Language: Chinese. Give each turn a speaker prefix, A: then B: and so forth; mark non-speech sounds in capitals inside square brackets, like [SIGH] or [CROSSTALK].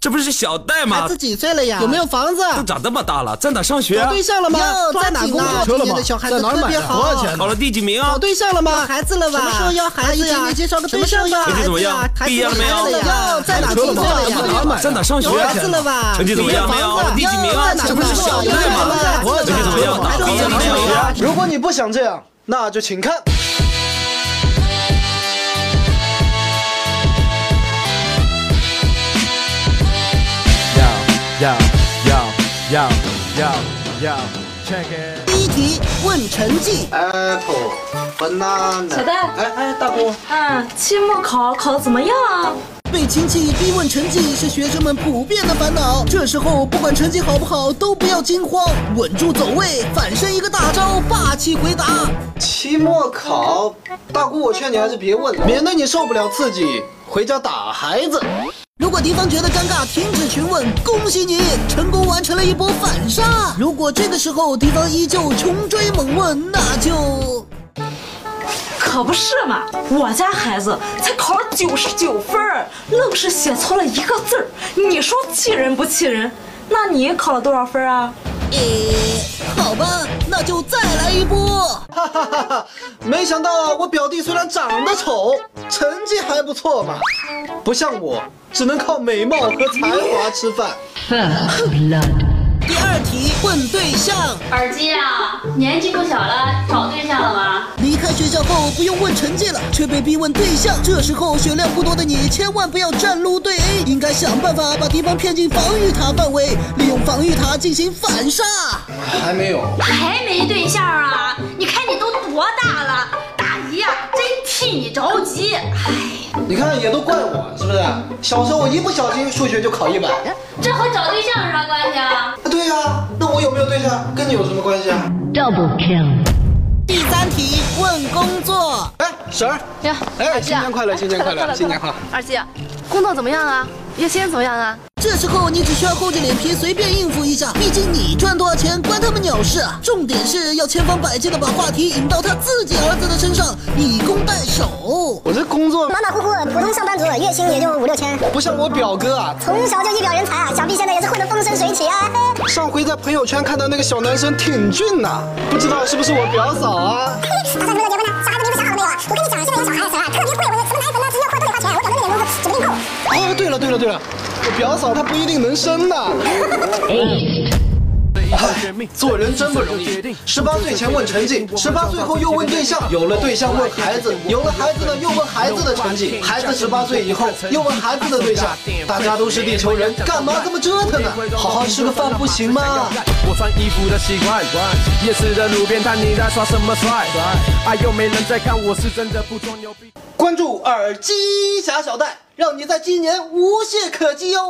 A: 这不是小戴吗
B: 哎
C: 孩？子几岁了呀？
B: 有没有房子？
A: 都长这么大了，在哪上学啊
C: 找？对象了吗？
B: 哟
C: 抓
B: 在哪
C: 紧
B: 工
C: 呐这
B: 作
D: 啊车了
C: 边
D: 吗
C: 的小孩
D: 在
C: 子
D: 哪儿
C: 特
D: 买
C: 别
D: 的多少
C: 好，
D: 钱
A: 考了第几名
C: 找
A: 啊？
C: 对象了
B: 有
C: 吗？
B: 孩子了吧？
C: 什么时候要孩子呀
B: 阿姨给你介绍个
C: 什
B: 对
C: 么时
B: 象
C: 候要
B: 吧
A: 成。绩怎么样
C: 孩子呀？
A: 毕业了没有
C: 孩子呀
B: 哟，在哪
C: 孩
B: 儿
C: 子
D: 车
B: 工
D: 了
B: 作
D: 吗
B: 了
D: 在哪
B: 呀
D: 儿？买的
A: 在哪上学
B: 有
A: 啊？
B: 孩子了吧？
A: 成绩怎么样？没有？考了第几名啊？
B: 在哪儿
A: 这不是小戴
B: 工作
A: 吗？
B: 了
A: 成绩怎么样？
B: 孩子
A: 毕业
B: 怎
A: 了
B: 么
A: 没有啊？
C: 样
D: 如果你不想这样，那就请看。要要要要要要 check it。
B: 第一题问成绩，
D: Apple banana。
E: 小戴
D: 哎哎，大姑，
E: 啊，期末考考得怎么样啊？
B: 被亲戚逼问成绩是学生们普遍的烦恼。这时候不管成绩好不好，都不要惊慌，稳住走位，反身一个大招，霸气回答。
D: 期末考，大姑，我劝你还是别问了，免得你受不了刺激，回家打孩子。 [LAUGHS]
B: 如果敌方觉得尴尬，停止询问，恭喜你成功完成了一波反杀。如果这个时候敌方依旧穷追猛问，那就
E: 可不是嘛，我家孩子才考了九十九分儿，愣是写错了一个字儿，你说气人不气人？那你考了多少分儿啊？
B: 诶，呃好吧，那就再来一波。
D: 哈哈哈哈！没想到我表弟虽然长得丑，成绩还不错嘛，不像我，只能靠美貌和才华吃饭。
B: 第二题问对象，
F: 耳机啊，年纪不小了，找对象了吗？
B: 离开学校后不用问成绩了，却被逼问对象。这时候血量不多的你，千万不要站撸对 A，应该想办法把敌方骗进防御塔范围，利用防御塔进行反杀。
D: 哎还没有，
F: 还没对象啊？你看你都多大了，大姨呀、真替你着急。哎，
D: 你看也都怪我，是不是？小时候我一不小心数学就考一百。
F: 这和找对象有啥关系啊？
D: 对呀、那我有没有对象跟你有什么关系啊？
G: Double kill.
B: 第三题问工作，
D: 哎，婶儿，
H: 呀，
D: 哎，
H: 耳机
D: 新
H: 啊
D: 年快乐，新年快乐，新年快乐！
H: 二姐，工作怎么样啊？月薪怎么样啊？
B: 这时候你只需要厚着脸皮随便应付一下，毕竟你赚多少钱关他们鸟事啊！重点是要千方百计的把话题引到他自己儿子的身上，以工代守。
D: 我这工作
I: 马马虎虎，普通上班族，月薪也就五六千，
D: 不像我表哥啊，
I: 从小就一表人才啊，想必现在也是混得风生水起啊。 [LAUGHS]
D: 上回在朋友圈看到那个小男生挺俊呐、不知道是不是我表嫂啊？
I: 打算什么时候结婚呢？小孩子名字想好了没有啊？我跟你讲，现在有小孩的词啊，特别贵，我什么奶粉呢，啊直接货都得花钱，我等了两年功夫，准备订购。
D: 哦，对了对了对了，我表嫂她不一定能生的。唉，做人真不容易。十八岁前问成绩，十八岁后又问对象，有了对象问孩子，有了孩子呢又问孩子的成绩，孩子十八岁以后又问孩子的对象。大家都是地球人，干嘛这么折腾呢？好好吃个饭不行吗？
J: 我穿衣服的习惯，夜市的路边摊你在耍什么帅？哎呦，没人在看，我是真的不装牛逼。
D: 关注耳机侠小戴，让你在今年无懈可击哦。